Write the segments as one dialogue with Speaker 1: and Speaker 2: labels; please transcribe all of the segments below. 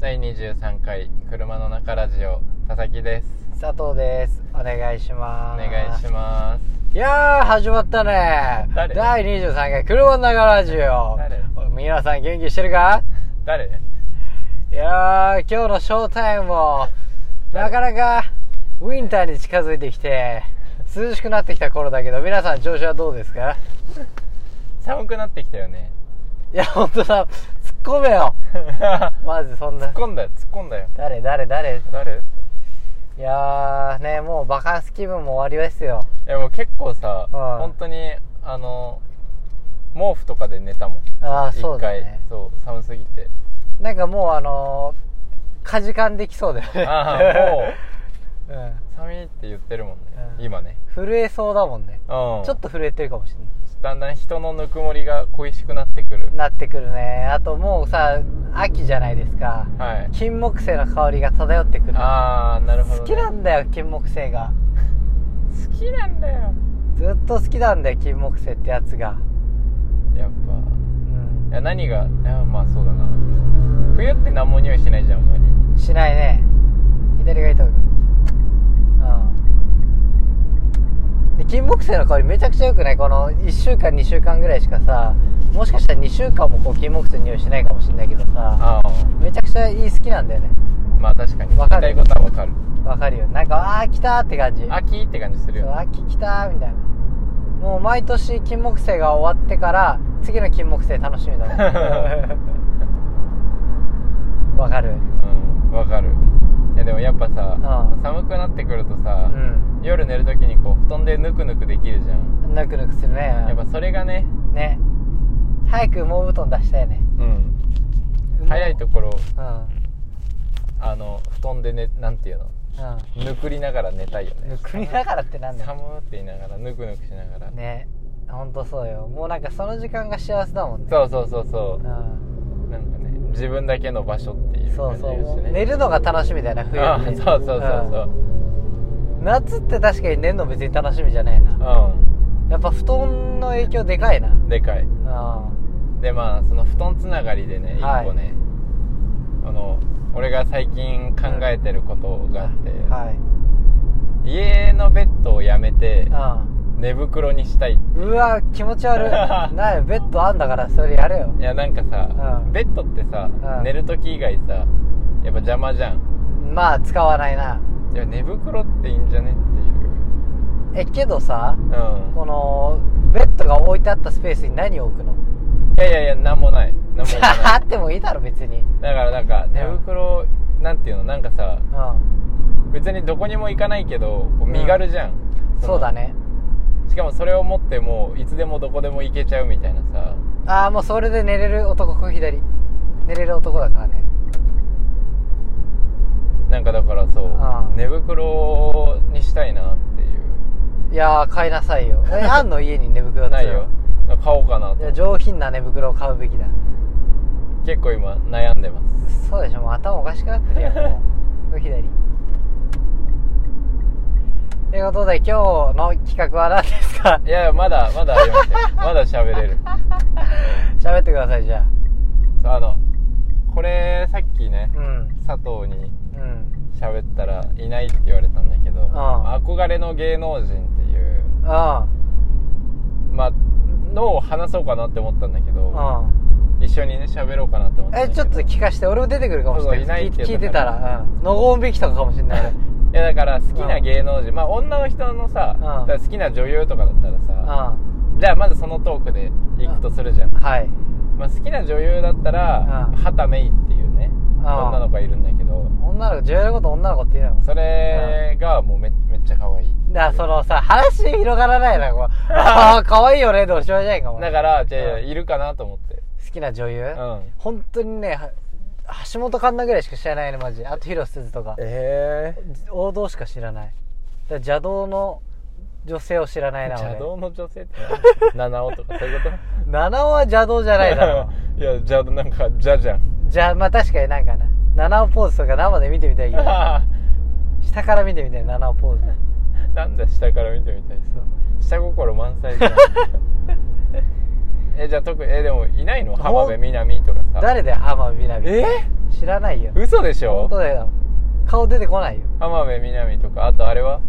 Speaker 1: 第23回車の中ラジオ佐々木です
Speaker 2: 佐藤ですお願いし
Speaker 1: お
Speaker 2: ます
Speaker 1: 願いします
Speaker 2: いやー始まったね
Speaker 1: 誰
Speaker 2: 第23回車の中ラジオ
Speaker 1: 誰
Speaker 2: 皆さん元気してるか
Speaker 1: 誰
Speaker 2: いやー今日のショータイムもなかなかウィンターに近づいてきて涼しくなってきた頃だけど皆さん調子はどうですか
Speaker 1: 寒くなってきたよね
Speaker 2: いや本当だ突っ込めよ
Speaker 1: 突
Speaker 2: まずそん
Speaker 1: っ
Speaker 2: な
Speaker 1: 込んだよ突っ込んだよ
Speaker 2: 誰誰誰
Speaker 1: 誰
Speaker 2: いやーねもうバカンス気分も終わりですよ
Speaker 1: いやもう結構さ、
Speaker 2: うん
Speaker 1: 本当にあの毛布とかで寝たもん
Speaker 2: ああ
Speaker 1: 一
Speaker 2: そうだ
Speaker 1: 回
Speaker 2: ね
Speaker 1: そう寒すぎ て
Speaker 2: なんかもうあのー、かじかんできそうだよね
Speaker 1: あ あもう
Speaker 2: う、ん、
Speaker 1: 寒いって言ってるもんね、
Speaker 2: うん
Speaker 1: 今ね
Speaker 2: 震えそうだもんね
Speaker 1: う、ん
Speaker 2: ちょっと震えてるかもしれな
Speaker 1: だんだん人のぬくもりが恋しくなってくる
Speaker 2: いなってくるねあともうさ秋じゃないですか
Speaker 1: はい
Speaker 2: 金木犀の香りが漂ってくる
Speaker 1: ああなるほど、
Speaker 2: 好
Speaker 1: ね、
Speaker 2: きなんだよ金木犀が
Speaker 1: 好きなんだよ
Speaker 2: ずっと好きなんだよ金木犀ってやつが
Speaker 1: やっぱ
Speaker 2: うん
Speaker 1: いや何がいやまあそうだな冬って何も匂いしないじゃんあんまり
Speaker 2: しないね左が痛くうんで金木犀の香りめちゃくちゃ良くないこの1週間2週間ぐらいしかさもしかしたら2週間もこう金木犀の匂いしないかもしれないけどさ
Speaker 1: ああ
Speaker 2: めちゃくちゃいい好きなんだよね
Speaker 1: まあ確かに
Speaker 2: わかる
Speaker 1: 言いたいことはわかる
Speaker 2: わかるよなんかああー来たーって感じ
Speaker 1: 秋って感じするよ
Speaker 2: そう
Speaker 1: ね
Speaker 2: 秋来たーみたいなもう毎年金木犀が終わってから次の金木犀楽しみだ ねわかる
Speaker 1: うんわかるいやでもやっぱさ
Speaker 2: ああ
Speaker 1: 寒くなってくると
Speaker 2: う
Speaker 1: さ、
Speaker 2: ん
Speaker 1: 夜寝るときにこう布団でぬくぬくできるじゃん
Speaker 2: ぬくぬくするね
Speaker 1: やっぱそれがね
Speaker 2: ね早く羽毛布団出したいね
Speaker 1: うん早いところ
Speaker 2: うん
Speaker 1: あの布団でねなんていうのぬくりながら寝たいよ
Speaker 2: うん
Speaker 1: ね
Speaker 2: ぬくりながらってなんだよ
Speaker 1: 寒ーって言いながらぬくぬくしながら、
Speaker 2: ねほんとそうよもうなんかその時間が幸せだもんね、
Speaker 1: そうそうそうそう
Speaker 2: ん、
Speaker 1: うなんかね自分だけの場所っていう
Speaker 2: そ
Speaker 1: 感
Speaker 2: う
Speaker 1: じ
Speaker 2: そう
Speaker 1: で
Speaker 2: も
Speaker 1: す
Speaker 2: う
Speaker 1: ね
Speaker 2: 寝るのが楽しみだよね冬
Speaker 1: あ
Speaker 2: って
Speaker 1: そうそうそうそう
Speaker 2: うん夏って確かに寝るの別に楽しみじゃないな
Speaker 1: う
Speaker 2: やっぱ布団の影響でかいなうん
Speaker 1: んでかい
Speaker 2: は
Speaker 1: でまあその布団つながりでね一
Speaker 2: はい
Speaker 1: 個ね、あの俺が最近考えてること
Speaker 2: い
Speaker 1: があって、
Speaker 2: う
Speaker 1: 家のベッドをやめて
Speaker 2: ん
Speaker 1: 寝袋にしたいいう
Speaker 2: わ気持ち悪 いなよベッドあんだからそれやれよ
Speaker 1: やなんかさ、
Speaker 2: うん
Speaker 1: ベッドってさ、
Speaker 2: うん
Speaker 1: 寝る時以外さやっぱ邪魔じゃん
Speaker 2: まあ使わないない
Speaker 1: や寝袋っていいんじゃねっていう
Speaker 2: えけどさ
Speaker 1: うん
Speaker 2: このベッドが置いてあったスペースに何を置くの
Speaker 1: いやいやいやなんもないなんも
Speaker 2: あ
Speaker 1: ない
Speaker 2: ってもいいだろ別に
Speaker 1: だからなんか寝袋、なんていうのなんかさ
Speaker 2: うん
Speaker 1: 別にどこにも行かないけどこう身軽じゃん、の
Speaker 2: そうだね
Speaker 1: しかもそれを持ってもういつでもどこでも行けちゃうみたいなさ
Speaker 2: ああもうそれで寝れる男ここ左寝れる男だからね
Speaker 1: なんかだからそう
Speaker 2: うん
Speaker 1: 寝袋にしたいなっていう
Speaker 2: いやー買いなさいよ えあんの家に寝袋って
Speaker 1: ないよ買おうかないと
Speaker 2: や上品な寝袋を買うべきだ
Speaker 1: 結構今悩んでます
Speaker 2: そうでしょもう頭おかしくなって るやんもうこれ左ということで今日の企画は何ですか
Speaker 1: いやまだまだあり ますよまだ喋れる
Speaker 2: 喋ってくださいじゃあ
Speaker 1: そうあのこれさっきね
Speaker 2: うん
Speaker 1: 佐藤に
Speaker 2: うん
Speaker 1: 喋ったらいないって言われたんだけど
Speaker 2: ああ
Speaker 1: 憧れの芸能人っていう
Speaker 2: あ
Speaker 1: まあのを話そうかなって思ったんだけ
Speaker 2: あ
Speaker 1: ど
Speaker 2: うん
Speaker 1: 一緒にね喋ろうかなって思ったん
Speaker 2: え
Speaker 1: だけ
Speaker 2: ち
Speaker 1: ど
Speaker 2: ょっと聞かして俺も出てくるかもしれな
Speaker 1: そう
Speaker 2: い
Speaker 1: そういないって
Speaker 2: 聞
Speaker 1: 言
Speaker 2: 聞
Speaker 1: う
Speaker 2: い
Speaker 1: んだか
Speaker 2: てた
Speaker 1: ら
Speaker 2: ら、うん、のごん引きとかかもしれない
Speaker 1: いやだから好きな芸能人まあ女の人のさ
Speaker 2: うん
Speaker 1: だから好きな女優とかだったら
Speaker 2: うん
Speaker 1: さ
Speaker 2: は
Speaker 1: じゃあまずそのトークで行くとするじゃん
Speaker 2: い
Speaker 1: まあ好きな女優だったら
Speaker 2: うん
Speaker 1: 畑芽衣っていうね
Speaker 2: うん
Speaker 1: 女の子がいるんだけど
Speaker 2: 女の子重要なこと女の子って言うの
Speaker 1: それがもうめめっちゃ可愛い
Speaker 2: だからそのさ話広がらないなこ うああ可愛いよねでおしまいじゃないかも
Speaker 1: だからじゃあ
Speaker 2: うん
Speaker 1: いるかなと思って
Speaker 2: 好きな女優、
Speaker 1: うん
Speaker 2: 本当にねは橋本環奈ぐらいしか知らないねマジあと広瀬すずとか
Speaker 1: え
Speaker 2: 王道しか知らないだから邪道の女性を知らない な
Speaker 1: 邪
Speaker 2: 俺
Speaker 1: 道の女性って 何七尾とかそういうこと
Speaker 2: 七尾は邪道じゃないだろ
Speaker 1: いや邪道なんか邪じゃん
Speaker 2: じゃあまあ確かになんかな七尾ポーズとか生で見てみたいけど 下から見てみたい七尾ポーズ
Speaker 1: なんだ下から見てみたいさ下心満載 じゃんえじゃあ特にえでもいないの浜辺美波とかさ
Speaker 2: 誰だよ浜辺美波
Speaker 1: え
Speaker 2: 知らないよ
Speaker 1: 嘘でしょ
Speaker 2: 本当だよ顔出てこないよ
Speaker 1: 浜辺美波とかあとあれは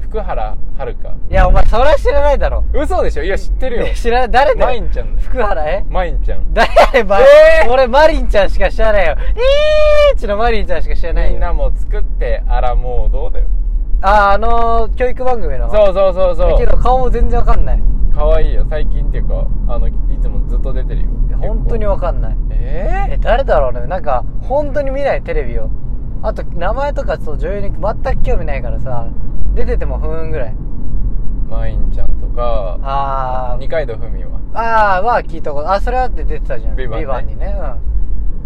Speaker 1: 福原遥
Speaker 2: いやお前それは知らないだろ
Speaker 1: 嘘でしょいや知ってるよ
Speaker 2: ね知らない誰だよ
Speaker 1: マインちゃんだよ
Speaker 2: 福原え
Speaker 1: まいんちゃん
Speaker 2: 誰やねんマリン
Speaker 1: えー
Speaker 2: 俺マリンちゃんしか知らないよえーっちのマリンちゃんしか知らないよ
Speaker 1: みんなも作ってあらもうどうだよ
Speaker 2: あーあのー教育番組の
Speaker 1: そうそうそうそ
Speaker 2: だけ
Speaker 1: う
Speaker 2: ど顔も全然わかんない
Speaker 1: かわいいよ最近っていうかあのいつもずっと出てるよ
Speaker 2: いや
Speaker 1: 結構
Speaker 2: 本当にわかんないえ
Speaker 1: え
Speaker 2: 誰だろうねなんか本当に見ないテレビをあと名前とかそう女優に全く興味ないからさ出ててもふーんぐらい
Speaker 1: ー、まいんちゃんとか
Speaker 2: あ
Speaker 1: 二階堂ふみは
Speaker 2: あああは聞いたことあそれはって出てたじゃん
Speaker 1: ビバンね
Speaker 2: ビバンにね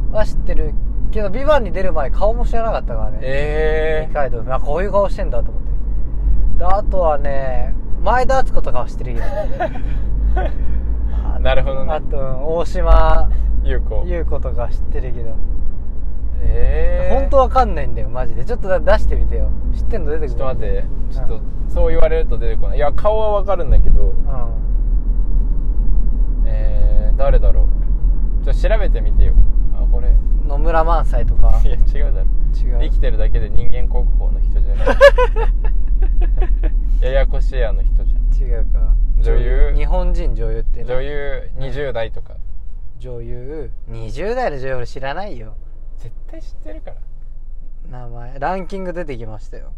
Speaker 2: うんは知ってるけどビバンに出る前顔も知らなかったからね
Speaker 1: え
Speaker 2: 二階堂あこういう顔してんだと思ってであとはね前田敦子とかは知ってるよあ
Speaker 1: なるほどね
Speaker 2: あとうん大島
Speaker 1: ー、ゆうこ
Speaker 2: 優子とか知ってるけど
Speaker 1: えー、
Speaker 2: 本当わかんないんだよマジでちょっとだ出してみてよ知ってんの出てくる
Speaker 1: ちょっと待ってちょっとそう言われると出てこないいや顔はわかるんだけど
Speaker 2: うん
Speaker 1: えー、誰だろうちょっと調べてみてよあこれい
Speaker 2: 野村萬斎と か
Speaker 1: や違うだろ
Speaker 2: 違
Speaker 1: 生
Speaker 2: う
Speaker 1: きてるだけで人間国宝の人じゃ ないややこしいあの人じ
Speaker 2: 違うか
Speaker 1: 女優
Speaker 2: 日本人女優って
Speaker 1: ゃん
Speaker 2: ね
Speaker 1: 女優20代とか
Speaker 2: 女優20代の女優俺知らないよ
Speaker 1: 絶対知ってるから
Speaker 2: 名前ランキング出てきましたよ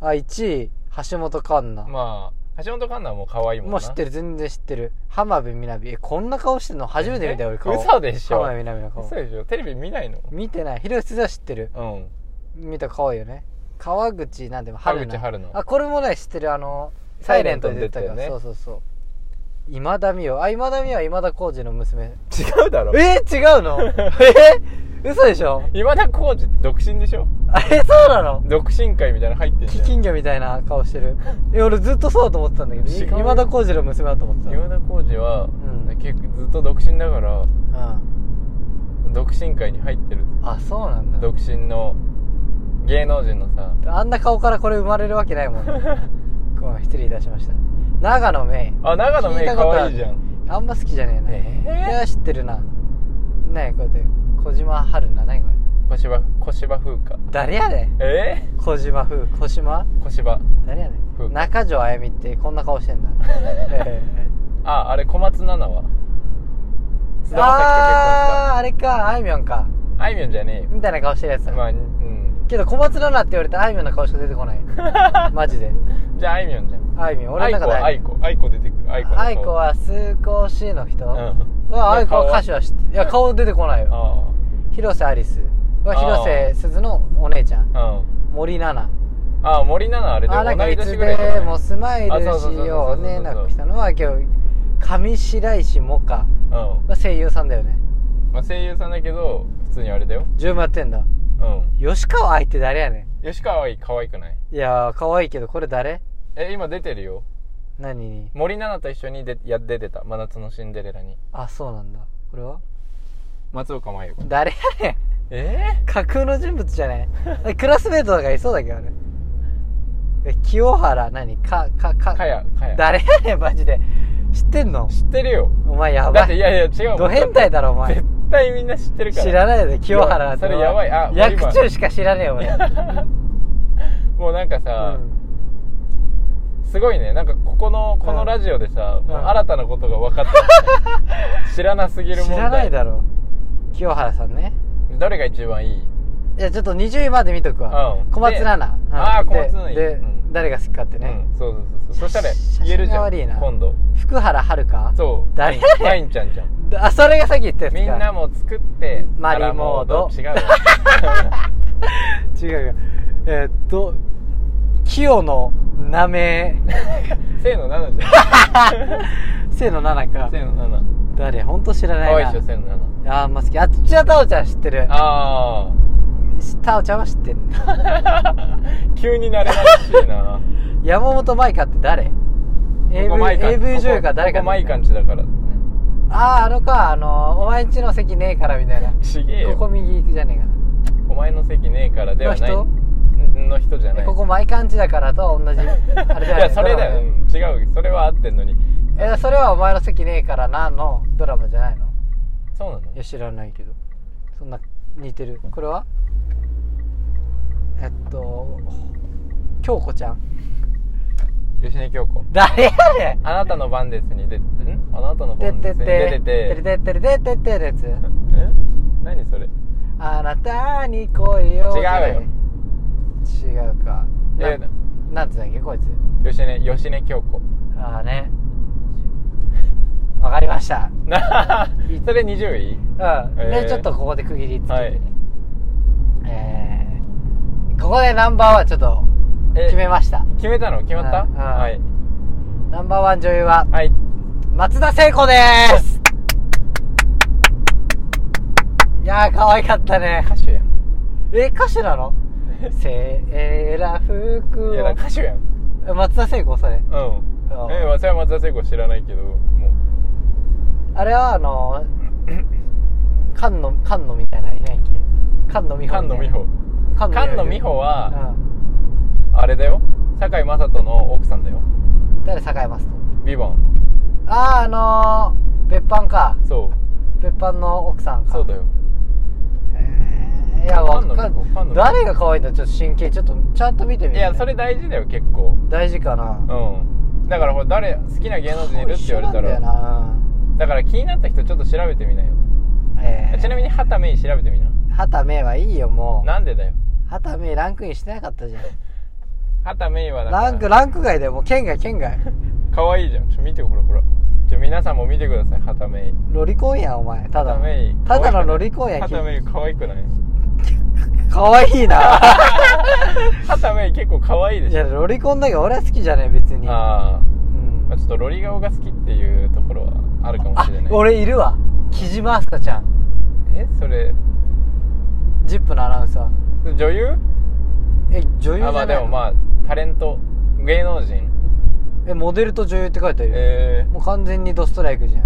Speaker 2: あ1位橋本環奈、
Speaker 1: まあ橋本環奈はもう可愛いもんな
Speaker 2: もう知ってる全然知ってる浜辺美波えこんな顔してんの初めて見たよ
Speaker 1: え
Speaker 2: 俺顔
Speaker 1: 嘘でしょ
Speaker 2: 浜辺美波の顔
Speaker 1: そうでしょテレビ見ないの
Speaker 2: 見てない広瀬は知ってる
Speaker 1: うん
Speaker 2: 見た顔よね川口なんでも春菜
Speaker 1: 川口春奈
Speaker 2: あこれもね知ってるあの「サ
Speaker 1: サ
Speaker 2: イ
Speaker 1: イ
Speaker 2: レ
Speaker 1: レ
Speaker 2: ン
Speaker 1: ン
Speaker 2: ト
Speaker 1: ト
Speaker 2: で
Speaker 1: に
Speaker 2: 出
Speaker 1: 出
Speaker 2: て
Speaker 1: てた
Speaker 2: たか
Speaker 1: よ
Speaker 2: ら、
Speaker 1: ね
Speaker 2: そうそうそう今田美桜あ今田美桜は今田耕司 の娘
Speaker 1: 違うだろ
Speaker 2: えー、違うのえ嘘でしょ
Speaker 1: 今田耕司って独身でしょ
Speaker 2: あれそうなの
Speaker 1: 独身会みたいなの入ってんじ
Speaker 2: 貴
Speaker 1: ゃん
Speaker 2: 金魚みたいな顔してるえ俺ずっとそうだと思ってたんだけどい
Speaker 1: 違う
Speaker 2: 今田耕司の娘だと思ってた
Speaker 1: 今田耕司は、
Speaker 2: うん
Speaker 1: 結構ずっと独身だから
Speaker 2: うん
Speaker 1: 独身会に入ってる
Speaker 2: あそうなんだ
Speaker 1: 独身の芸能人の さ
Speaker 2: あんな顔からこれ生まれるわけないもん、ね、ごめん失礼いたしました長野めい
Speaker 1: あ長野めい可愛いじゃん
Speaker 2: あんま好きじゃねえな、
Speaker 1: えー
Speaker 2: いや知ってるなねえこれで小島春菜何これ
Speaker 1: 小芝小芝風花
Speaker 2: 誰やねん
Speaker 1: ええ
Speaker 2: 小島風小島
Speaker 1: 小芝
Speaker 2: 誰やね
Speaker 1: 風
Speaker 2: ん中条あやみってこんな顔して んだ、え
Speaker 1: ああれ小松菜奈は菅田将暉と結婚し
Speaker 2: ー、あー
Speaker 1: た
Speaker 2: あれかあいみょんか
Speaker 1: あいみょんじゃね
Speaker 2: みたいな顔してるやつ
Speaker 1: え
Speaker 2: だ、
Speaker 1: よまあうん
Speaker 2: けど小松菜奈って言われてあいみょんの顔しか出てこない マジで
Speaker 1: じゃああいみょんじゃん
Speaker 2: あいみょん
Speaker 1: あ
Speaker 2: 俺
Speaker 1: い
Speaker 2: の中
Speaker 1: こ
Speaker 2: で
Speaker 1: はあいこあいこ出てくるあいこの顔
Speaker 2: あいこは少しの人、う
Speaker 1: うん
Speaker 2: わあいこは
Speaker 1: 顔は
Speaker 2: 歌手は知っていや顔出てこないよ
Speaker 1: あ
Speaker 2: 広瀬アリスは広瀬すずのお姉ちゃん
Speaker 1: あうん
Speaker 2: 森七菜
Speaker 1: あ森七菜あれで
Speaker 2: あなんか
Speaker 1: 同
Speaker 2: い
Speaker 1: い
Speaker 2: つ
Speaker 1: 年ぐらいじゃな
Speaker 2: で
Speaker 1: い
Speaker 2: もスマイル
Speaker 1: あそうそうそうそう
Speaker 2: し
Speaker 1: そう
Speaker 2: ようねなくしたのは今日上白石萌歌
Speaker 1: うん
Speaker 2: は声優さんだよね
Speaker 1: まあ声優さんだけど普通にあれだよ
Speaker 2: 10もやってんだ
Speaker 1: うん
Speaker 2: 吉川愛って誰やね
Speaker 1: 吉川愛可愛くない
Speaker 2: んいやー可愛いけどこれ誰
Speaker 1: え今出てるよ
Speaker 2: 何に
Speaker 1: 森七菜と一緒にでや出てた真夏のシンデレラに
Speaker 2: あそうなんだこれは
Speaker 1: 松岡茉優子
Speaker 2: 誰やねん
Speaker 1: え
Speaker 2: 架空の人物じゃねえクラスメートとかいそう だけどねえ清原何かか
Speaker 1: え
Speaker 2: か
Speaker 1: かやかや
Speaker 2: 誰やねんマジで知ってんの
Speaker 1: 知ってるよ
Speaker 2: お前やばい
Speaker 1: だっていやいや違うもん
Speaker 2: ド変態だろお前
Speaker 1: 絶対みんな知ってるから
Speaker 2: 知らないで清原
Speaker 1: それやばいあもう
Speaker 2: 薬
Speaker 1: 今
Speaker 2: 中しか知らねえ よ俺、
Speaker 1: もうなんかさ、すごいねなんかここのこ
Speaker 2: うん
Speaker 1: のラジオでさ、もううん新たなことが分かった、 知らなすぎ
Speaker 2: うん
Speaker 1: る
Speaker 2: 知
Speaker 1: 問題
Speaker 2: らないだろ清原さんね
Speaker 1: どれが一番いい
Speaker 2: いやちょっと20位まで見とくわ、
Speaker 1: うん
Speaker 2: 小松菜奈、
Speaker 1: で
Speaker 2: うん
Speaker 1: あー小松菜奈いい
Speaker 2: でで、
Speaker 1: うん
Speaker 2: 誰が好きかってね、
Speaker 1: うん、そうそうそうそうそしたら
Speaker 2: 写
Speaker 1: 言えるじ
Speaker 2: 写真が
Speaker 1: ゃん
Speaker 2: 悪いな
Speaker 1: 今度
Speaker 2: 福原遥
Speaker 1: そう
Speaker 2: 誰
Speaker 1: マインちゃんじゃん
Speaker 2: あそれがさっき言ったやつか
Speaker 1: みんなも作って
Speaker 2: マリモード
Speaker 1: あら も
Speaker 2: 違うよえーっと清野なめ
Speaker 1: う違うせーの7じゃ
Speaker 2: 清野奈々
Speaker 1: んせ
Speaker 2: か
Speaker 1: ーの
Speaker 2: 誰本当知ら
Speaker 1: 7
Speaker 2: な
Speaker 1: か
Speaker 2: いな
Speaker 1: わいいっしょせーの
Speaker 2: あーんま好きあ土屋太鳳ちゃん知ってる
Speaker 1: 7あ
Speaker 2: し太鳳ちゃんは知ってる
Speaker 1: あ急に慣れなしいな
Speaker 2: 山本舞香って誰 AV,
Speaker 1: ここマイカン
Speaker 2: AV 女優か誰か
Speaker 1: ここマイカン
Speaker 2: あ
Speaker 1: チだから
Speaker 2: あーあのかあのーお前んちの席ねえからみたいな
Speaker 1: ちげえ
Speaker 2: ここ
Speaker 1: よ
Speaker 2: 右じゃねえか
Speaker 1: お前の席ねえからではない
Speaker 2: の
Speaker 1: んの人じゃ
Speaker 2: な
Speaker 1: ない
Speaker 2: えここ毎感じだからと同じあれ
Speaker 1: い
Speaker 2: じゃな
Speaker 1: や それだよ、
Speaker 2: ドラ
Speaker 1: う
Speaker 2: マ
Speaker 1: ん違うそれは合ってんのに
Speaker 2: えそれはお前の席ねえからなのドラマじゃないの
Speaker 1: そうない
Speaker 2: や知らないけどそんな似てるこれはえっと京子ちゃん
Speaker 1: 吉根京子
Speaker 2: 誰やねん
Speaker 1: あなたの番ですに出てんあなたの
Speaker 2: てっ
Speaker 1: 番で
Speaker 2: てっ
Speaker 1: すに出
Speaker 2: て
Speaker 1: てて
Speaker 2: てれてってれてってれてってやつ
Speaker 1: え何それ
Speaker 2: あなたに恋を
Speaker 1: 違うよ
Speaker 2: 違うかな
Speaker 1: え
Speaker 2: なんつうんだっけこいつ
Speaker 1: 吉根吉根京子
Speaker 2: ああねわかりました
Speaker 1: なそれ20位
Speaker 2: うん、
Speaker 1: え
Speaker 2: で
Speaker 1: ー
Speaker 2: ちょっとここで区切りつけてね、
Speaker 1: はい
Speaker 2: えーここでナンバーワンちょっと
Speaker 1: え
Speaker 2: 決めました
Speaker 1: 決めたの決まった
Speaker 2: うん
Speaker 1: はい
Speaker 2: ナンバーワン女優は
Speaker 1: はい
Speaker 2: 松田聖子ですいやー可愛かったね
Speaker 1: 歌手やん
Speaker 2: え歌手なのセーラ服
Speaker 1: いや
Speaker 2: を
Speaker 1: 歌手やん
Speaker 2: え松田聖子それ
Speaker 1: うん
Speaker 2: あ
Speaker 1: え松山松田聖子知らないけども
Speaker 2: あれはあの ー菅野菅野みたいないないっけ菅野美
Speaker 1: う
Speaker 2: 穂
Speaker 1: 菅野美穂
Speaker 2: 菅
Speaker 1: 菅野美穂は
Speaker 2: うん
Speaker 1: あれだよ堺雅人の奥さんだよ
Speaker 2: 誰栄えますと
Speaker 1: ビバン
Speaker 2: あああのー、別班か
Speaker 1: そ
Speaker 2: 別班の奥さん
Speaker 1: う
Speaker 2: か
Speaker 1: そうだよ
Speaker 2: へーいやわ
Speaker 1: フ
Speaker 2: か
Speaker 1: ァンの子ファンの子
Speaker 2: 誰が可愛いんだちょっと真剣にちょっとちゃんと見て
Speaker 1: い
Speaker 2: みてい
Speaker 1: やそれ大事だよ結構
Speaker 2: 大事かな
Speaker 1: うんだからほら誰好きな芸能人いるって言われた
Speaker 2: 一緒なんだよ
Speaker 1: ら
Speaker 2: な
Speaker 1: だから気になった人ちょっと調べてみなよ
Speaker 2: えー
Speaker 1: ちなみに畑芽衣調べてみな
Speaker 2: 畑芽はいいよもう
Speaker 1: なんでだよ
Speaker 2: 畑芽ランクインしてなかったじゃん
Speaker 1: 畑芽衣はだから
Speaker 2: ランクランク外だよもう県外県外
Speaker 1: 可愛いじゃんちょ見てほらほらちょ皆さんも見てください畑芽衣
Speaker 2: ロリコンやんお前ただ
Speaker 1: 畑芽
Speaker 2: の
Speaker 1: 衣
Speaker 2: ただ
Speaker 1: 可
Speaker 2: の
Speaker 1: 愛くない
Speaker 2: ロリコンやん
Speaker 1: 畑芽衣可愛くない
Speaker 2: 可愛 いな
Speaker 1: 畑芽衣結構可愛いで
Speaker 2: い
Speaker 1: し
Speaker 2: や
Speaker 1: ょ
Speaker 2: ロリコンだけど俺は好きじゃねえ別に
Speaker 1: ああ
Speaker 2: うん
Speaker 1: まあちょっとロリ顔が好きっていうところはあるかも
Speaker 2: あ
Speaker 1: しれない
Speaker 2: 俺いるわ木島明日香ちゃん
Speaker 1: えそれ
Speaker 2: 「ジップのアナウンサー
Speaker 1: 女優
Speaker 2: え女優じゃない
Speaker 1: あまあでもまあタレント芸能人
Speaker 2: えモデルと女優って書いてあるよ、
Speaker 1: え
Speaker 2: もう完全にドストライクじゃん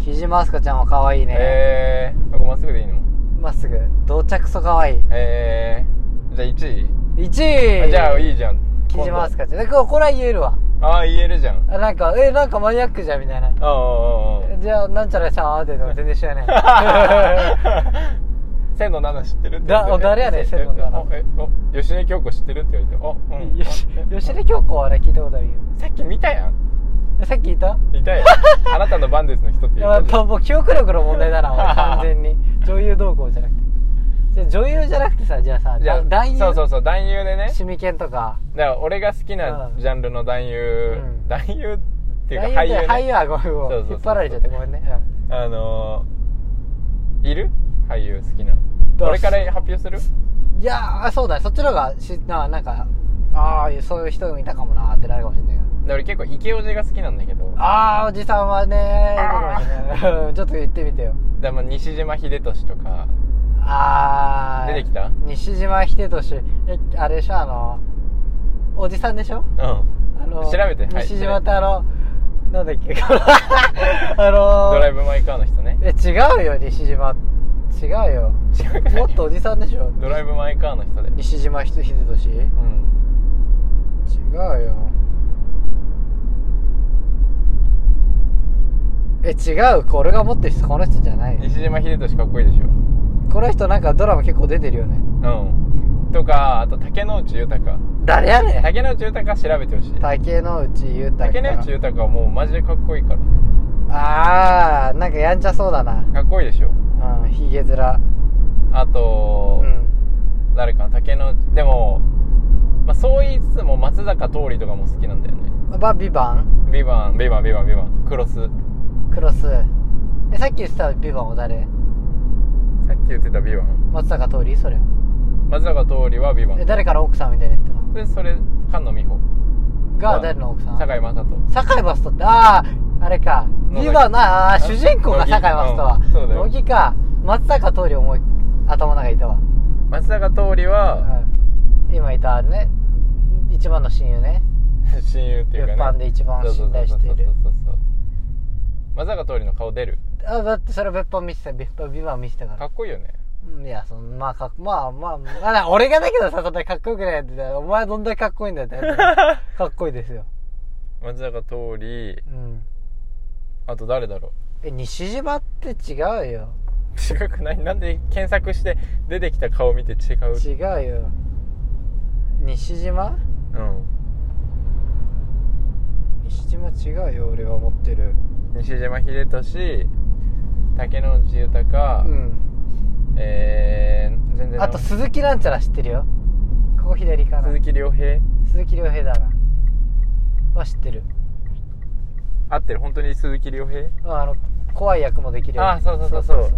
Speaker 2: 木島明日香ちゃんは可愛い
Speaker 1: ー、
Speaker 2: ね、
Speaker 1: えー、ここまっすぐでいいの
Speaker 2: まっすぐ同着そ可愛い
Speaker 1: えー、じゃあ1位、
Speaker 2: 1
Speaker 1: あ
Speaker 2: 位
Speaker 1: じゃあいいじゃん
Speaker 2: 木島明日
Speaker 1: 今
Speaker 2: 香ちゃんでここれは言えるわ
Speaker 1: 度ああ言えるじゃんあ
Speaker 2: あなんかえなんかマニアックじゃんみたいな
Speaker 1: あああ
Speaker 2: じゃあなんちゃらちゃんあーって言っても全然知らない
Speaker 1: ああ千の七知ってるって言われて
Speaker 2: だお誰やねん
Speaker 1: え
Speaker 2: 千の七
Speaker 1: えおえお吉根京子知ってるって言われて あうん
Speaker 2: よし
Speaker 1: あえ
Speaker 2: 吉田京子はね聞いたことあるよ
Speaker 1: さっき見たやん
Speaker 2: えさっき言った
Speaker 1: い たよあなたの番ですの人って言
Speaker 2: や
Speaker 1: っ
Speaker 2: った
Speaker 1: じゃ
Speaker 2: ぱ
Speaker 1: ん
Speaker 2: もう記憶力の問題だ な俺完全に女優同行じゃなくてじゃあ女優じゃなくてさじゃあさ
Speaker 1: じゃあ
Speaker 2: 男優
Speaker 1: そうそうそう男優でね
Speaker 2: シミケンとか
Speaker 1: だから俺が好きなジャンルの男優、
Speaker 2: うん
Speaker 1: 男優っていうか
Speaker 2: 男
Speaker 1: 俳優、
Speaker 2: 優
Speaker 1: ね、
Speaker 2: 俳優はごめんごめ
Speaker 1: そ
Speaker 2: ん
Speaker 1: うそうそうそう
Speaker 2: 引っ張られちゃってごめんね、うん
Speaker 1: あのー、いる俳優好きな
Speaker 2: だ
Speaker 1: 俺から発表する
Speaker 2: いやーそうだねそっちの方がしななんかああそういう人もいたかもなーってなるかもしれないけど
Speaker 1: で俺結構イケオジが好きなんだけど
Speaker 2: ああおじさんはねーいるかもしれないうん ちょっと言ってみてよ
Speaker 1: でも西島秀俊とか
Speaker 2: ああ
Speaker 1: 出てきた
Speaker 2: 西島秀俊えあれでしょあのおじさんでしょ
Speaker 1: うん
Speaker 2: あの
Speaker 1: 調べてはい
Speaker 2: 西島ってあのなんだっけ あのー、
Speaker 1: ドライブ・マイ・カーの人ね
Speaker 2: え違うよ西島違うよ
Speaker 1: 違うか
Speaker 2: もっとおじさんでしょ
Speaker 1: ドライブ・マイ・カーの人で
Speaker 2: 西島ひと秀俊違
Speaker 1: うん
Speaker 2: うよえ違うこれが持ってる人この人じゃない
Speaker 1: 西島秀俊かっこいいでしょ
Speaker 2: この人なんかドラマ結構出てるよね
Speaker 1: うんとかあと竹野内豊
Speaker 2: 誰やねん
Speaker 1: 竹野内豊調べてほしい
Speaker 2: 竹野内豊
Speaker 1: 竹野内豊はもうマジでかっこいいから
Speaker 2: ああなんかやんちゃそうだな
Speaker 1: かっこいいでしょ
Speaker 2: うんひげ面
Speaker 1: あ
Speaker 2: う
Speaker 1: と、
Speaker 2: ん
Speaker 1: 誰かな竹野でも、まあ、そう言いつつも松坂桃李とかも好きなんだよね
Speaker 2: バビバン
Speaker 1: ビバンビバンビバンビバンクロスさ
Speaker 2: クロスえさっき言ってたビバンは誰
Speaker 1: っき言ってたビバン
Speaker 2: 松坂桃李それは
Speaker 1: 松坂桃李はビバ
Speaker 2: え
Speaker 1: ン
Speaker 2: 誰から奥さんみたいに言ってたの
Speaker 1: でそれ菅野美穂
Speaker 2: が誰の奥さん
Speaker 1: 堺雅人
Speaker 2: 堺雅人ってあああれか
Speaker 1: 野崎
Speaker 2: ビバンのああ主人公が
Speaker 1: 乃木
Speaker 2: 堺雅人は
Speaker 1: うんそうだよ
Speaker 2: 乃木か松坂桃李思い頭の中にいたわ、
Speaker 1: 松坂桃李は、
Speaker 2: うん、今いたね一番の親友ね
Speaker 1: 親友っていうかね
Speaker 2: 一般で一番信頼している
Speaker 1: そうそうそうそうそう松坂桃李の顔出る
Speaker 2: あだってそれ別班見てた別班ビバン見てたから
Speaker 1: かっこいいよね
Speaker 2: うんいや、そんまあ、かっ、まあまあ、まあ、な俺がだけどさ、そんなかっこよくないって言ったら、お前どんだけかっこいいんだよ って。かっこいいですよ。
Speaker 1: 松坂桃李
Speaker 2: うん。
Speaker 1: あと誰だろ
Speaker 2: え、西島って違うよ。
Speaker 1: う違くないなんで検索して出てきた顔見て違う
Speaker 2: 違うよ西島
Speaker 1: うん
Speaker 2: 西島違うよ俺は思ってる
Speaker 1: 西島秀俊竹野内豊、
Speaker 2: うん
Speaker 1: えー、全然
Speaker 2: あと鈴木なんちゃら知ってるよここ左かな
Speaker 1: 鈴木亮平
Speaker 2: 鈴木亮平だなは知ってる
Speaker 1: 合ってる本当に鈴木亮平
Speaker 2: うんあの怖い役もできる
Speaker 1: あそうそうそうそう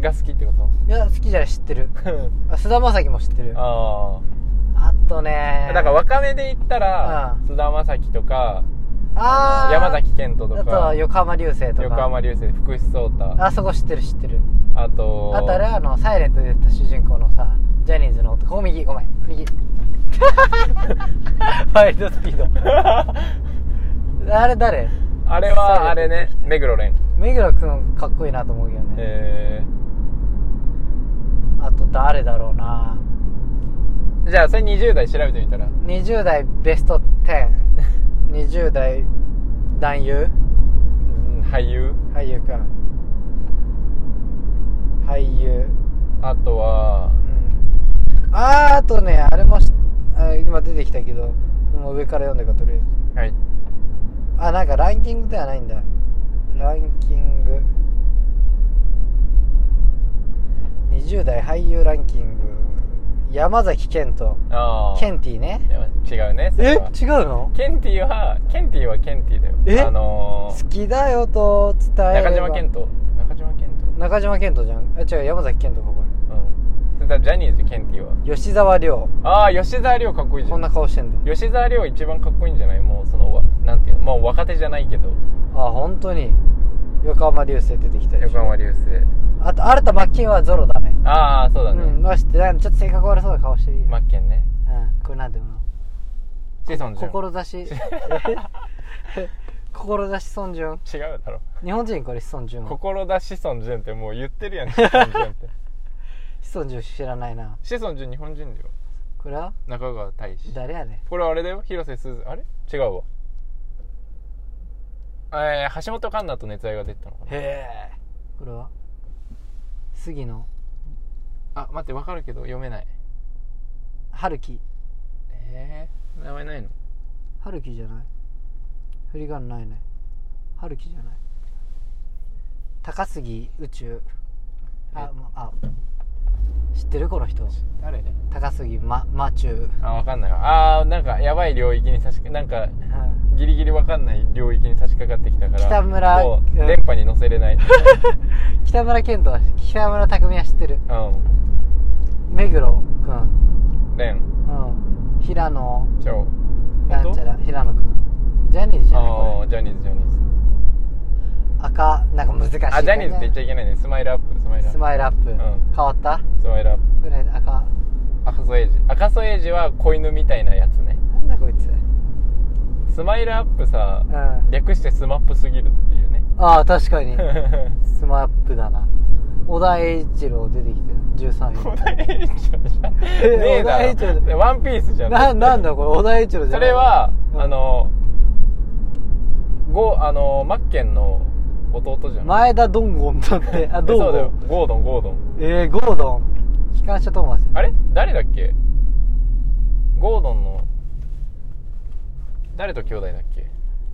Speaker 1: が好きってこ
Speaker 2: いや好きじゃない知ってる
Speaker 1: と
Speaker 2: あ菅田将暉も知ってるあ
Speaker 1: あ
Speaker 2: とね
Speaker 1: あだから若めで言ったら
Speaker 2: うん
Speaker 1: 菅田将暉とか
Speaker 2: あー
Speaker 1: 山崎賢人と
Speaker 2: あ
Speaker 1: か
Speaker 2: と横浜流星とか
Speaker 1: 横浜流星福士蒼太
Speaker 2: あそこ知ってる知ってる
Speaker 1: あと
Speaker 2: あとあれあのサイレントで言った主人公のさジャニーズの男ここ右ごめん 右ワイルドスピードあれ誰
Speaker 1: あれはあれね目黒蓮
Speaker 2: 目黒くんかっこいいなと思うけどね、
Speaker 1: え
Speaker 2: あと誰だろうな
Speaker 1: ー、じゃあそれ20代調べてみたら
Speaker 2: 20代ベスト1020代男
Speaker 1: う
Speaker 2: 優
Speaker 1: ん俳優
Speaker 2: 俳優くん俳優
Speaker 1: あとは
Speaker 2: うんあーあとねあれもしあ今出てきたけどもう上から読んでかとりあえず
Speaker 1: はい
Speaker 2: あなんかランキングではないんだランキング20代俳優ランキング山崎賢人
Speaker 1: ああ
Speaker 2: ケンティね
Speaker 1: いや違うねそ
Speaker 2: え
Speaker 1: れ
Speaker 2: 違う
Speaker 1: は
Speaker 2: の
Speaker 1: ケンティはケンティはケンティだよ
Speaker 2: え
Speaker 1: あの
Speaker 2: 好きだよと伝え
Speaker 1: ー、
Speaker 2: れば
Speaker 1: 中島健人中島健
Speaker 2: 中島健人じゃんあ違う山崎賢人ここ
Speaker 1: 人うんそれだジャニーズケンティは
Speaker 2: に吉沢亮
Speaker 1: ああ吉沢亮かっこいいじゃ
Speaker 2: こん
Speaker 1: ん
Speaker 2: な顔してんだ
Speaker 1: 吉沢亮一番かっこいいんじゃないもうそのわなんていうのもう若手じゃないけど
Speaker 2: あ本当に横浜流星出てきたでし
Speaker 1: 横
Speaker 2: ょ
Speaker 1: 浜流星
Speaker 2: あと新田真剣はゾロだね
Speaker 1: ああそうだね、
Speaker 2: うんまあ知ってなんかちょっと性格悪そうな顔してるよ、
Speaker 1: マッケンね
Speaker 2: うんこれなんていうの
Speaker 1: 志尊淳
Speaker 2: 志え志尊順
Speaker 1: 違うだろ
Speaker 2: 日本人これ志尊順は
Speaker 1: 志尊淳ってもう言ってるやん志尊淳って
Speaker 2: 志尊順知らないな
Speaker 1: 志尊淳日本人だよ
Speaker 2: これは
Speaker 1: 中川大志
Speaker 2: 誰やね
Speaker 1: これあれだよ広瀬すずあれ違うわえー、橋本環奈と熱愛が出てたのか
Speaker 2: んへえこれは杉野
Speaker 1: なあ待ってわかるけど読めない
Speaker 2: 春樹
Speaker 1: えー、名前ないの
Speaker 2: 春樹じゃない振り仮名ないね春樹じゃない高杉宇宙あ,、まあ知ってるこの人
Speaker 1: 誰
Speaker 2: 高杉まマチュ
Speaker 1: あわかんないわあーなんかやばい領域に差し掛なんか
Speaker 2: ー
Speaker 1: ギリギリわかんない領域に差し掛かってきたから
Speaker 2: 北村
Speaker 1: もう
Speaker 2: うん
Speaker 1: 電波に乗せれない
Speaker 2: 北村健人は北村匠海は知ってる
Speaker 1: う
Speaker 2: 目黒くん
Speaker 1: ん蓮
Speaker 2: うん平野
Speaker 1: ちょ
Speaker 2: なんちゃら平野くんジャニーズじゃない
Speaker 1: あ
Speaker 2: こ
Speaker 1: あジャニーズジャニーズ
Speaker 2: れ赤なんか難しい
Speaker 1: あジャニーズって言っちゃ
Speaker 2: ゃ
Speaker 1: いけないねスマイルアップスマイルアッ
Speaker 2: ス
Speaker 1: プ
Speaker 2: マイルアップ、
Speaker 1: ん
Speaker 2: 変わった
Speaker 1: スマイルアップ
Speaker 2: これ赤
Speaker 1: 赤楚衛二赤楚衛二は子犬みたいなやつね
Speaker 2: なんだこいつう
Speaker 1: スマイルアップさ
Speaker 2: んあ
Speaker 1: 略してスマップすぎるっていうね
Speaker 2: あ確かに スマップだな小田栄一郎出てきてる13
Speaker 1: 小田栄一郎じゃんねえだ
Speaker 2: 小田栄一郎
Speaker 1: ろワンピースじゃ
Speaker 2: 位
Speaker 1: ん
Speaker 2: ななんだこれ小田栄一郎じゃ
Speaker 1: そ
Speaker 2: ない
Speaker 1: れは、
Speaker 2: うん
Speaker 1: あのゴあのマッケンの弟じゃん
Speaker 2: 前田ドンゴンだってあ
Speaker 1: え
Speaker 2: ドン
Speaker 1: そうだ
Speaker 2: ゴ
Speaker 1: よ
Speaker 2: ン
Speaker 1: ゴードンゴードン
Speaker 2: えー、ゴードン機関車トーマス
Speaker 1: あれ誰だっけゴードンの誰と兄弟だっけ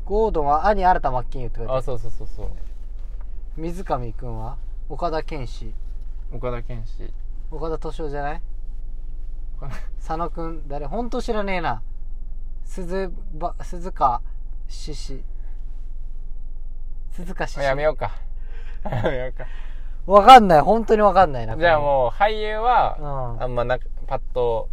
Speaker 2: ゴードンは兄新田真剣佑って書いてあ
Speaker 1: あ
Speaker 2: る
Speaker 1: そうそうそうそう
Speaker 2: 水上くんは岡田健志
Speaker 1: 岡田健志
Speaker 2: 岡田敏夫じゃない
Speaker 1: 岡田
Speaker 2: 佐野くん誰ほんと知らねえな鈴ば鈴鹿獅子鈴鹿獅
Speaker 1: あ
Speaker 2: 子
Speaker 1: やめようか やめようか
Speaker 2: わかんない本当にわかんないな
Speaker 1: じゃあ
Speaker 2: う
Speaker 1: もう俳優は、
Speaker 2: うん
Speaker 1: あんまなパッと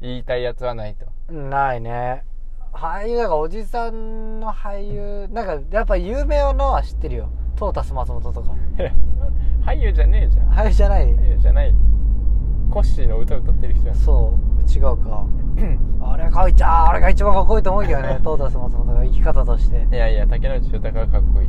Speaker 1: 言いたいやつはないと
Speaker 2: ないね俳優だからおじさんの俳優なんかやっぱ有名なのは知ってるよトータス松本とか
Speaker 1: 俳優じゃねえじゃん
Speaker 2: 俳優じゃない
Speaker 1: 俳優じゃないコッシーの歌歌ってる人やん
Speaker 2: そう違 うかあれが一ああれが一番かっこいいと思うけどねトータス松本が生き方として
Speaker 1: いやいや竹野内豊がかっこいい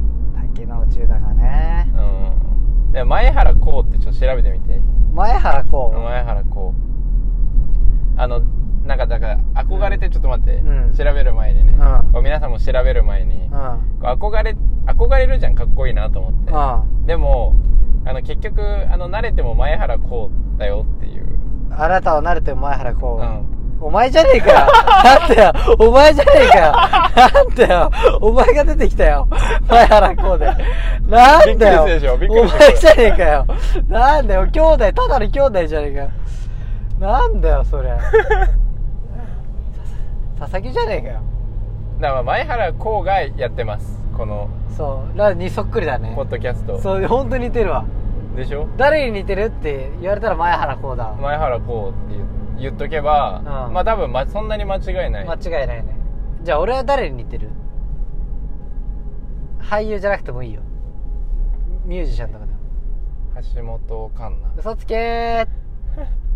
Speaker 2: 竹野内豊がね
Speaker 1: うんで前原こうってちょっと調べてみて
Speaker 2: 前原こ
Speaker 1: 前原こうあのなんかだから憧れてちょっと待って、
Speaker 2: うん
Speaker 1: 調べる前にね、
Speaker 2: うん
Speaker 1: こう皆さんも調べる前に
Speaker 2: う、うん
Speaker 1: こう憧れ憧れるじゃんかっこいいなと思って
Speaker 2: あ
Speaker 1: でもあの結局あの慣れても前原こうだよっていう、
Speaker 2: ああなたは慣れても前原こ
Speaker 1: う
Speaker 2: う、
Speaker 1: ん、
Speaker 2: お前じゃねえ かよなんだよお前じゃねえかよなんだよお前が出てきたよ前原こうで。な
Speaker 1: びっ
Speaker 2: んだよ
Speaker 1: くりするでしょびっく
Speaker 2: お
Speaker 1: りするこれ
Speaker 2: 前じゃねえかよなんだよ兄弟、ただの兄弟じゃねえかよなんだよ それ。佐々木じゃねえかよ。
Speaker 1: だから前原こうがやってますこの
Speaker 2: そう、ラにそっくりだね
Speaker 1: ポ。ッドキャスト
Speaker 2: そう、本当に似てるわ。
Speaker 1: でしょ
Speaker 2: 誰に似てるって言われたら前原こうだわ。
Speaker 1: 前原こうって言言っとけば、
Speaker 2: うん
Speaker 1: まあ多分、ま、そんなに間違いない
Speaker 2: 間違いないね。じゃあ俺は誰に似てる俳優じゃなくてもいいよ。ミュージシャンとかでも。
Speaker 1: 橋本環奈
Speaker 2: 嘘つけ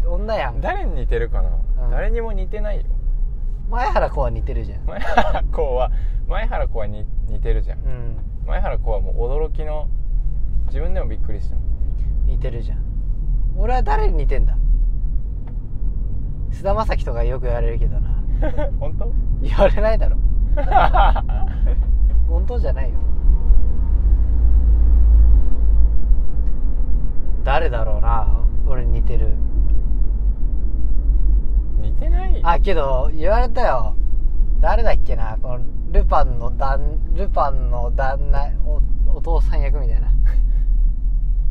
Speaker 2: ー女やん
Speaker 1: 誰に似てるかな、
Speaker 2: うん
Speaker 1: 誰にも似てないよ
Speaker 2: 前原子は似てるじゃん
Speaker 1: 前原こうは前原こうはに似てるじゃん
Speaker 2: うん
Speaker 1: 前原こうはもう驚きの自分でもびっくりしたもん
Speaker 2: 似てるじゃん俺は誰に似てんだ菅田将暉とかよく言われるけどな
Speaker 1: 本当
Speaker 2: 言われないだろ本当じゃないよ誰だろうな俺に似てる
Speaker 1: 似てない
Speaker 2: あけど言われたよ誰だっけなこのルパンの旦ルパンの旦那おお父さん役みたいな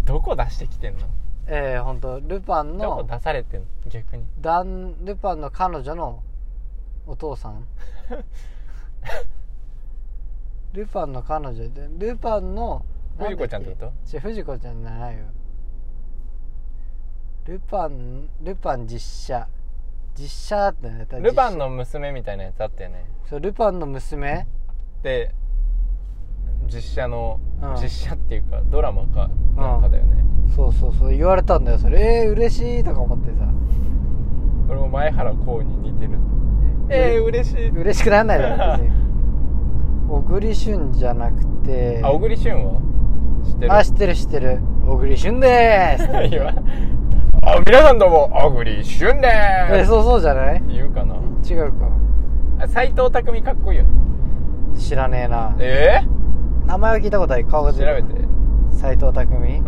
Speaker 1: どこ出してきてんの
Speaker 2: ええ本当ルパンの
Speaker 1: どこ出されてんの逆に
Speaker 2: ダン・ルパンの彼女のお父さ んルパンの彼女でルパンの
Speaker 1: 藤子ちゃんってこと
Speaker 2: と藤子ちゃんじゃないよルパンルパン実写実写だったよね
Speaker 1: ルパン
Speaker 2: の
Speaker 1: の娘みたいなやつあったよね
Speaker 2: そうルパンの娘
Speaker 1: で実写の、
Speaker 2: うん
Speaker 1: 実写っていうかドラマかなんかだよね、
Speaker 2: そうそうそう言われたんだよそれえー、嬉しいとか思ってさ
Speaker 1: 俺も前原こうに似てるええー、嬉しい、
Speaker 2: 嬉しくなんない だろ別に小栗旬じゃなくて
Speaker 1: あ小栗旬は知ってる
Speaker 2: あ知ってる知ってる小栗旬でー すって
Speaker 1: いやあ皆さんどうも小栗旬で
Speaker 2: え
Speaker 1: ーす
Speaker 2: そうそうじゃない
Speaker 1: 言うかな
Speaker 2: 違うか
Speaker 1: 斎藤匠かっこいいよね
Speaker 2: 知らねえな
Speaker 1: え
Speaker 2: 名前は聞いたことある顔
Speaker 1: え
Speaker 2: が
Speaker 1: 調
Speaker 2: 出て
Speaker 1: べ
Speaker 2: こない
Speaker 1: て
Speaker 2: 斎藤
Speaker 1: う
Speaker 2: 匠
Speaker 1: ん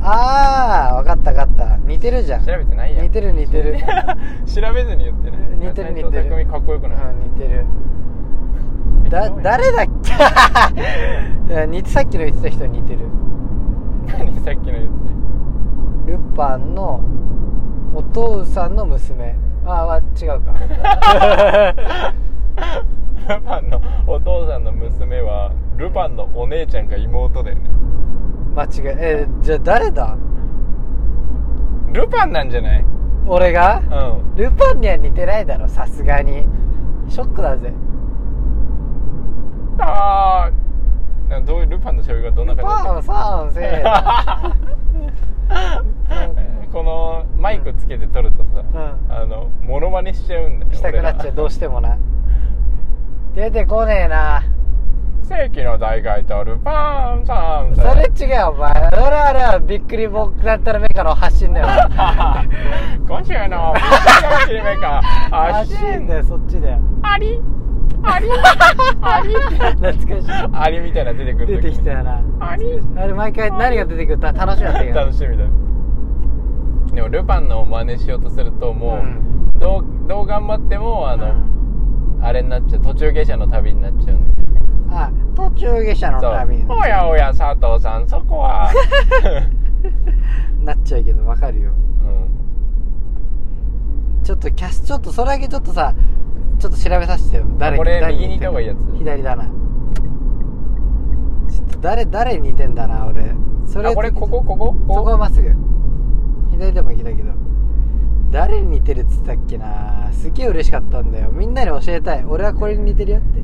Speaker 2: ああ分かった分かった似てるじゃん
Speaker 1: 調べてないやん
Speaker 2: 似てる似て る
Speaker 1: 調べずに言ってね
Speaker 2: 似てる似
Speaker 1: 斎
Speaker 2: て
Speaker 1: 藤
Speaker 2: る
Speaker 1: 匠かっこよくない、
Speaker 2: うん似てる だ誰だっけ いや似てさっきの言ってた人に似てる
Speaker 1: 何さっきの言って
Speaker 2: ルパンのお父さんの娘ああ違うか
Speaker 1: ルパンのお父さんの娘はルパンのお姉ちゃんか妹だよね
Speaker 2: 間違ええーじゃあ誰だ
Speaker 1: ルパンなんじゃない
Speaker 2: 俺が
Speaker 1: うん
Speaker 2: ルパンには似てないだろさすがにショックだぜ
Speaker 1: あーなんかどういうルパンの喋りがどんな
Speaker 2: ルパ
Speaker 1: 感
Speaker 2: ンさんせ
Speaker 1: じ
Speaker 2: ーの
Speaker 1: だったこのマイクつけて撮るとさ、
Speaker 2: ん
Speaker 1: あのモノマネしちゃうんだ よ
Speaker 2: したくなっちゃうどうしてもな出てこねえな
Speaker 1: て世紀の大怪盗ルパンさん
Speaker 2: それ違うお前あれあれはびっくりぼくなったらメカの発信 だよ
Speaker 1: 今週の「びっくりめか」
Speaker 2: 発信だよそっち だよ
Speaker 1: ありありあ り
Speaker 2: 懐か
Speaker 1: アリみたいなの出てく
Speaker 2: しい
Speaker 1: る
Speaker 2: 出
Speaker 1: 時
Speaker 2: てきたよな
Speaker 1: アリ
Speaker 2: あれ毎回何が出てくるか 楽しみだったけど
Speaker 1: 楽しみだでもルパンの真似しようとするともう、
Speaker 2: うん
Speaker 1: どうどう頑張ってもあの、
Speaker 2: うん
Speaker 1: あれになっちゃう途中下車の旅になっちゃうんで
Speaker 2: あ途中下車の旅
Speaker 1: そうおやおや佐藤さんそこ は、
Speaker 2: なっちゃうけどわかるよ
Speaker 1: うん、
Speaker 2: ちょっとキャスちょっとそれだけちょっとさちょっと調べさせてよ誰
Speaker 1: これ
Speaker 2: 誰
Speaker 1: 右に行った方がいいやつ
Speaker 2: 左だなちょっと誰誰に似てんだな俺そ
Speaker 1: あこれこここここ
Speaker 2: そこ
Speaker 1: こ
Speaker 2: はまっすぐ左でも行けたけど誰に似てるっつったっけなすげえ嬉しかったんだよみんなに教えたい俺はこれに似てるよって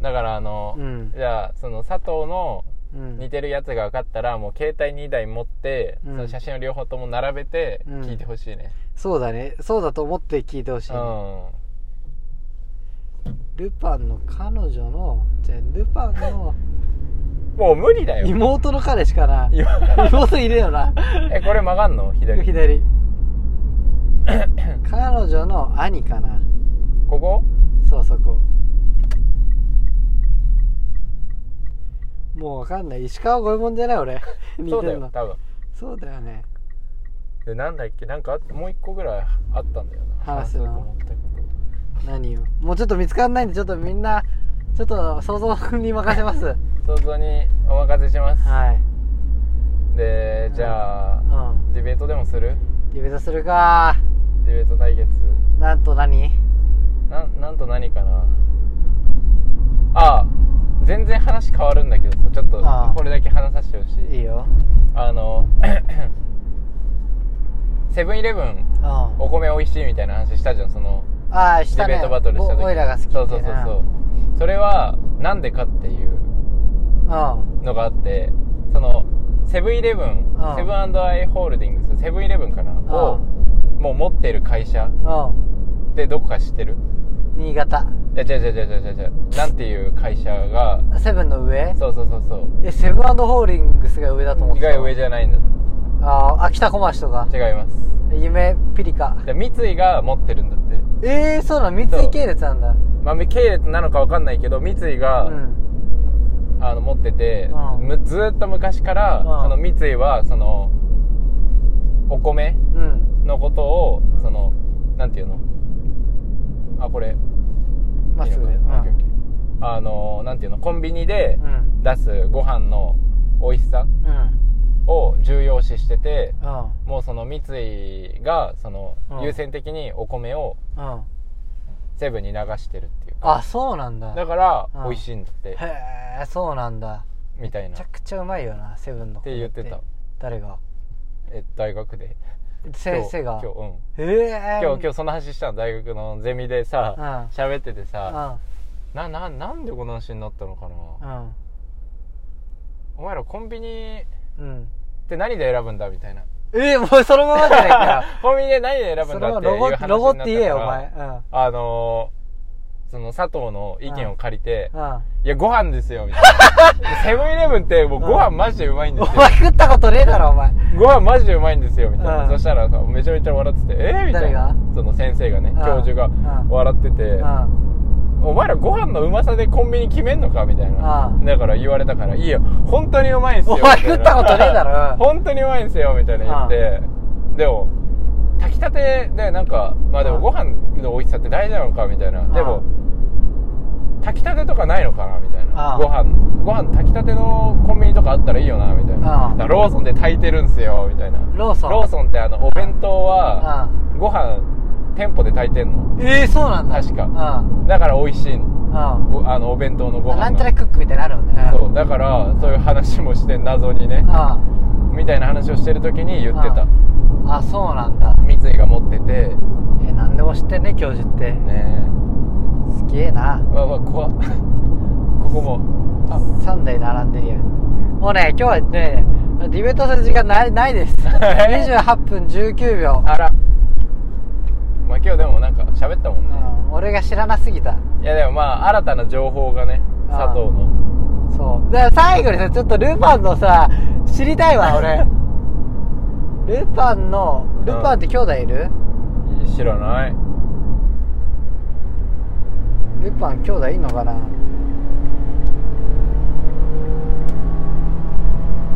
Speaker 1: だからあの、
Speaker 2: うん
Speaker 1: じゃあその佐藤の
Speaker 2: うん
Speaker 1: 似てるやつが分かったらもう携帯2台持って、
Speaker 2: うん
Speaker 1: その写真を両方とも並べて
Speaker 2: うん
Speaker 1: 聞いてほしいね
Speaker 2: そうだねそうだと思って聞いてほしい、
Speaker 1: うん、
Speaker 2: ルパンの彼女のじゃあルパンの
Speaker 1: もう無理だよ
Speaker 2: 妹の彼しかな
Speaker 1: 今
Speaker 2: 妹いるよな
Speaker 1: えこれ曲がんの左
Speaker 2: 左彼女の兄かな
Speaker 1: ここ
Speaker 2: そうそこもうわかんない石川五右衛門じゃな い俺似
Speaker 1: そう
Speaker 2: て
Speaker 1: だ
Speaker 2: る
Speaker 1: よ
Speaker 2: の
Speaker 1: 多分
Speaker 2: そうだよね
Speaker 1: でなんだっけなんかあもう一個ぐらいあったんだよな
Speaker 2: 話す
Speaker 1: 話そう
Speaker 2: の
Speaker 1: と思ったこと
Speaker 2: 何をもうちょっと見つかんないんでちょっとみんなちょっと想像に任せます
Speaker 1: 想像にお任せします、
Speaker 2: はい
Speaker 1: でじゃあ、
Speaker 2: うん
Speaker 1: ディベートでもする
Speaker 2: ディベートするか
Speaker 1: ディベート対決
Speaker 2: なんと何
Speaker 1: なんなんと何かなああ全然話変わるんだけどさちょっと
Speaker 2: ああ
Speaker 1: これだけ話させてほし
Speaker 2: い
Speaker 1: い
Speaker 2: いよ
Speaker 1: あの セブンイレブン
Speaker 2: うんあ
Speaker 1: お米美味しいみたいな話したじゃんその
Speaker 2: あー
Speaker 1: デ
Speaker 2: した
Speaker 1: ィ
Speaker 2: ね
Speaker 1: ベートバトルした時、
Speaker 2: おオイラが好きってい
Speaker 1: そうそうそうそうそれはなんでかっていう
Speaker 2: うん
Speaker 1: のがあってそのセブンイレブン
Speaker 2: うん
Speaker 1: セブンアイ・ホールディングスセブンイレブンかな
Speaker 2: ん
Speaker 1: をもう持ってる会社
Speaker 2: うん
Speaker 1: ってどこか知ってる
Speaker 2: 新潟
Speaker 1: いや違う違う違う違う違うなんていう会社が
Speaker 2: セブンの上
Speaker 1: そうそうそうそう
Speaker 2: えセブンホールディングスが上だと思っ
Speaker 1: 意
Speaker 2: てた
Speaker 1: 外上じゃないんだ
Speaker 2: ああ秋田小町とか
Speaker 1: 違います
Speaker 2: 夢ピリカ
Speaker 1: で三井が持ってるんだって
Speaker 2: ええー、そうなの三井系列なんだ
Speaker 1: まあ系列なのかわかんないけど三井が、
Speaker 2: うん
Speaker 1: あの持ってて、
Speaker 2: うん
Speaker 1: むずーっと昔から、
Speaker 2: うん
Speaker 1: その三井はそのお米
Speaker 2: うん
Speaker 1: のことをそのなんていうのあこれ
Speaker 2: まっ
Speaker 1: いい
Speaker 2: す
Speaker 1: の
Speaker 2: ぐ
Speaker 1: か
Speaker 2: だ
Speaker 1: なオ
Speaker 2: よ、
Speaker 1: ッケーオッケーあのなんていうのコンビニで
Speaker 2: うんうん
Speaker 1: 出すご飯の美味しさ
Speaker 2: うん
Speaker 1: を重要視してて
Speaker 2: うん
Speaker 1: もうその三井がその、
Speaker 2: うん
Speaker 1: 優先的にお米を
Speaker 2: うん
Speaker 1: セブンに流してるっていうか
Speaker 2: あそうなんだ
Speaker 1: だから
Speaker 2: うん
Speaker 1: 美味しいんだって、
Speaker 2: へえそうなんだ
Speaker 1: みたいな
Speaker 2: めち
Speaker 1: っ
Speaker 2: ゃくちゃうまいよなセブンの
Speaker 1: て言ってた
Speaker 2: 誰が
Speaker 1: え大学で
Speaker 2: 先生
Speaker 1: 今
Speaker 2: が
Speaker 1: 日今日うん
Speaker 2: へえ
Speaker 1: 今日今日その話したの大学のゼミでさ
Speaker 2: 日
Speaker 1: 喋ってて
Speaker 2: う
Speaker 1: さ
Speaker 2: ん
Speaker 1: なななんでこの話になったのかな
Speaker 2: うん
Speaker 1: お前らコンビニ
Speaker 2: うんうん
Speaker 1: って何で選ぶんだみたいな
Speaker 2: ええもうそのままじゃな いか
Speaker 1: コンビニで何で選
Speaker 2: ら
Speaker 1: ぶ
Speaker 2: そ
Speaker 1: ん
Speaker 2: れ
Speaker 1: だ
Speaker 2: は
Speaker 1: っていう話
Speaker 2: ロゴ
Speaker 1: になったから
Speaker 2: ロゴって言えよお前うん
Speaker 1: あのーその佐藤の意見を借りて
Speaker 2: うん
Speaker 1: 「いやご飯ですよ」みたいな「 セブンイレブンってもうご飯マジでうまいんで
Speaker 2: お
Speaker 1: す よ
Speaker 2: 前食ったことねえだろお前
Speaker 1: ご飯マジ でうまいんですよ」みたいな、
Speaker 2: うん
Speaker 1: そしたらさめちゃめちゃ笑ってて「えーみたい
Speaker 2: 誰
Speaker 1: な
Speaker 2: が
Speaker 1: その先生がね、
Speaker 2: う
Speaker 1: 教
Speaker 2: ん
Speaker 1: 授が
Speaker 2: うん
Speaker 1: 笑ってて、
Speaker 2: うん
Speaker 1: お前らご飯のうまさでコンビニ決めんのかみたいな
Speaker 2: ああ
Speaker 1: だから言われたから「いいよ本当にうまいんすよ」
Speaker 2: お前
Speaker 1: みいな
Speaker 2: 食ったことねえだろ
Speaker 1: 本当にうまいんすよ」みたいな言ってでも炊きたてでなんかまあで
Speaker 2: あ
Speaker 1: も
Speaker 2: あ
Speaker 1: ご飯の美味しさって大事なのかみたいな
Speaker 2: あ
Speaker 1: でも炊きたてとかないのかなみたいな
Speaker 2: ああ
Speaker 1: ご飯ご飯炊きたてのコンビニとかあったらいいよなみたい
Speaker 2: ああ
Speaker 1: なだからローソンで炊いてるんすよみたいな
Speaker 2: ローソン
Speaker 1: ローソンってあのお弁当は
Speaker 2: う
Speaker 1: ご飯店舗で炊いてんの
Speaker 2: んええそうなんだ
Speaker 1: 確か
Speaker 2: うん
Speaker 1: だから美味しいの
Speaker 2: うん
Speaker 1: ごあのお弁当のご飯が
Speaker 2: なんちゃらクックみたいなのあるよね
Speaker 1: そうだからそういう話もして謎にね
Speaker 2: あ
Speaker 1: みたいな話をしてる時に言ってた
Speaker 2: ああそうなんだ
Speaker 1: 三井が持ってて
Speaker 2: え何でも知ってんね教授って
Speaker 1: ね
Speaker 2: すげえな
Speaker 1: えわわ怖っ ここもあ
Speaker 2: 3台並んでるやんもうね今日はねディベートする時間ないな いです28分19秒、
Speaker 1: あらまあ今日でもなんか喋ったもん
Speaker 2: う
Speaker 1: ね
Speaker 2: ん、俺が知らなすぎた
Speaker 1: いやでもまあ新たな情報がね
Speaker 2: あ
Speaker 1: 佐藤の
Speaker 2: そうだから最後にさちょっとルパンのさ知りたいわ 俺ルパンのルパンって兄弟いる、
Speaker 1: 知らない
Speaker 2: ルパン兄弟いんのかな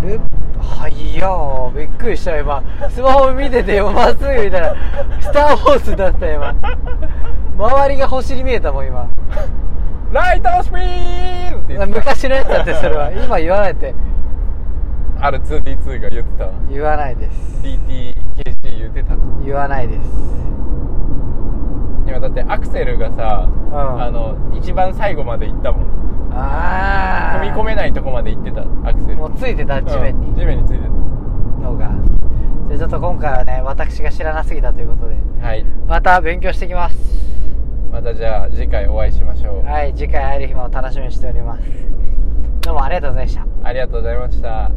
Speaker 2: ルはいよびっくりしたよ今スマホ見ててまっすぐ見たら「スター・ウォーズ」だったよ今周りが星に見えたもん今
Speaker 1: ライトスピーンって言ってた
Speaker 2: 昔のやつだってそ れは今言わないって
Speaker 1: ある 2D2 が言ってた
Speaker 2: 言わないです
Speaker 1: DTKC 言ってた
Speaker 2: 言わないです
Speaker 1: 今だってアクセルがさ、
Speaker 2: ん
Speaker 1: あの一番最後まで行ったもん
Speaker 2: ああ
Speaker 1: 踏み込めないとこまで行ってたアクセル
Speaker 2: もうついてた地面
Speaker 1: うん地
Speaker 2: に
Speaker 1: 面について
Speaker 2: のがじゃあちょっと今回はね私が知らなすぎたということで
Speaker 1: たはい
Speaker 2: また勉強してきます
Speaker 1: またじゃあ次回お会いしましょう、
Speaker 2: はい、次回会える日も楽しみにしております。どうもありがとうございました。
Speaker 1: ありがとうございました